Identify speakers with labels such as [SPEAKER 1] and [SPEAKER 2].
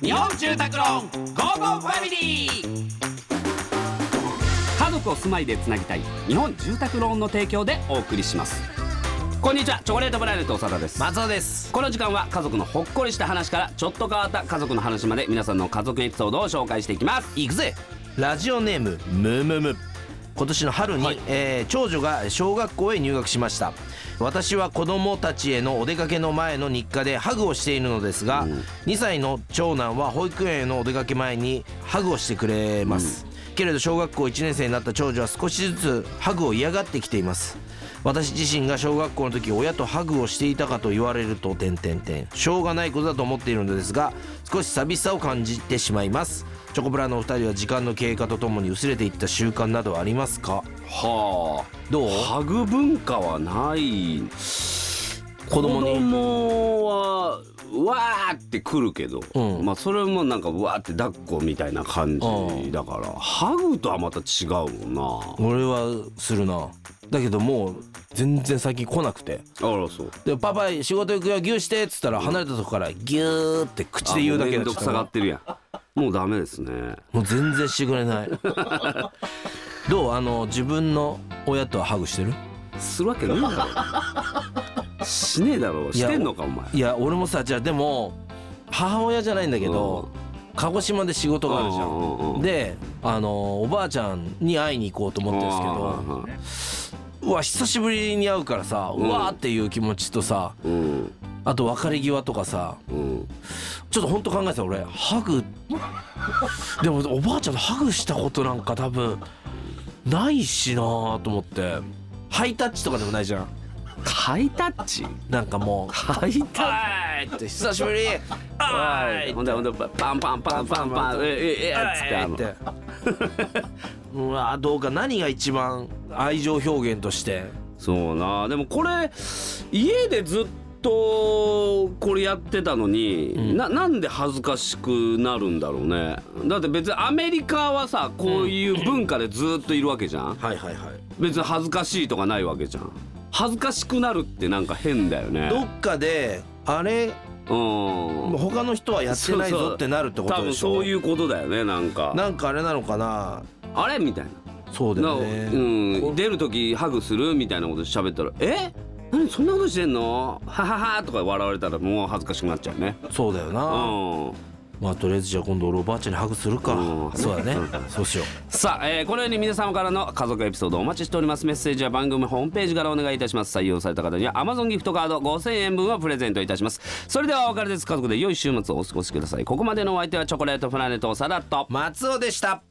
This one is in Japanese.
[SPEAKER 1] 日本住宅ローンゴーゴーファミリー家族を住まいでつなぎたい日本住宅ローンの提供でお送りしますこんにちはチョコレートブライルと長田です
[SPEAKER 2] 松尾です
[SPEAKER 1] この時間は家族のほっこりした話からちょっと変わった家族の話まで皆さんの家族エピソードを紹介していきます
[SPEAKER 2] 行くぜラジオネームムムム今年の春に、
[SPEAKER 1] はい
[SPEAKER 2] えー長女が小学校へ入学しました私は子供たちへのお出かけの前の日課でハグをしているのですが、2歳の長男は保育園へのお出かけ前にハグをしてくれます、けれど小学校1年生になった長女は少しずつハグを嫌がってきています私自身が小学校の時親とハグをしていたかと言われると点々点しょうがないことだと思っているのですが少し寂しさを感じてしまいますチョコプラのお二人は時間の経過とともに薄れていった習慣などはありますか
[SPEAKER 1] は
[SPEAKER 2] どう
[SPEAKER 1] あハグ文化はない
[SPEAKER 2] 子供
[SPEAKER 1] 子
[SPEAKER 2] に
[SPEAKER 1] 供はわーってくるけど、
[SPEAKER 2] うん
[SPEAKER 1] まあそれもなんかわーって抱っこみたいな感じだから、ハグとはまた違うもんな、
[SPEAKER 2] 俺はするなだけどもう全然最近来なくて
[SPEAKER 1] あらそう
[SPEAKER 2] でパパ仕事行くよギューしてっつったら離れたとこからギューって口で言うだけ
[SPEAKER 1] あ
[SPEAKER 2] だ
[SPEAKER 1] もめんどくさがってるやんもうダメですね
[SPEAKER 2] もう 全然してくれない どうあの自分の親とはハグしてる
[SPEAKER 1] するわけないだろしねえだろ
[SPEAKER 2] いや
[SPEAKER 1] してんのかお前
[SPEAKER 2] いや俺もさじゃあでも母親じゃないんだけど、鹿児島で仕事があるじゃ
[SPEAKER 1] うんうんうんうん
[SPEAKER 2] ん。であのおばあちゃんに会いに行こうと思ってるんですけど
[SPEAKER 1] で
[SPEAKER 2] うわ久しぶりに会うからさうわーっていう気持ちとさ
[SPEAKER 1] すけどうん
[SPEAKER 2] あと別れ際とかさ
[SPEAKER 1] うん
[SPEAKER 2] ちょっと本当考えてた俺ハグでもおばあちゃんとハグしたことなんか多分ないしなーと思ってハイタッチとかでもないじゃん
[SPEAKER 1] ハイタッチ
[SPEAKER 2] なんかもう「
[SPEAKER 1] ハイタッチ
[SPEAKER 2] あーい!」って久しぶり「あーい!」
[SPEAKER 1] ほんでほんでパンパンパンパンパンええええっつってあの
[SPEAKER 2] ってうわどうか何が一番愛情表現として
[SPEAKER 1] そうなでもこれ家でずっとこれやってたのに、
[SPEAKER 2] ん
[SPEAKER 1] ななんで恥ずかしくなるんだろうねだって別にアメリカはさこういう文化でずっといるわけじゃん
[SPEAKER 2] はいはいはい
[SPEAKER 1] 別に恥ずかしいとかないわけじゃん恥ずかしくなるってなんか変だよね
[SPEAKER 2] どっかであれ
[SPEAKER 1] うん
[SPEAKER 2] 他の人はやってない
[SPEAKER 1] そうそう
[SPEAKER 2] ぞってなるってこ
[SPEAKER 1] 多
[SPEAKER 2] とで
[SPEAKER 1] 分
[SPEAKER 2] しょ
[SPEAKER 1] そういうことだよねなんか
[SPEAKER 2] なんかあれなのかな
[SPEAKER 1] あれみたいな
[SPEAKER 2] そうだ
[SPEAKER 1] な
[SPEAKER 2] よ
[SPEAKER 1] う
[SPEAKER 2] ね、
[SPEAKER 1] ん、出る時ハグするみたいなこと喋ったら「え何そんなことしてんのははは」とか笑われたらもう恥ずかしくなっちゃうね。
[SPEAKER 2] そうだよ
[SPEAKER 1] う
[SPEAKER 2] な、
[SPEAKER 1] ん
[SPEAKER 2] まあとりあえずじゃあ今度俺おばあちゃんにハグするか、
[SPEAKER 1] うん
[SPEAKER 2] そうだねそうしよ
[SPEAKER 1] さあ、えーこのように皆様からの家族エピソードお待ちしておりますメッセージは番組ホームページからお願いいたします採用された方には Amazon ギフトカード5000円分をプレゼントいたしますそれではお別れです家族で良い週末をお過ごしくださいここまでのお相手はチョコレートプラネットサラット
[SPEAKER 2] う松尾でした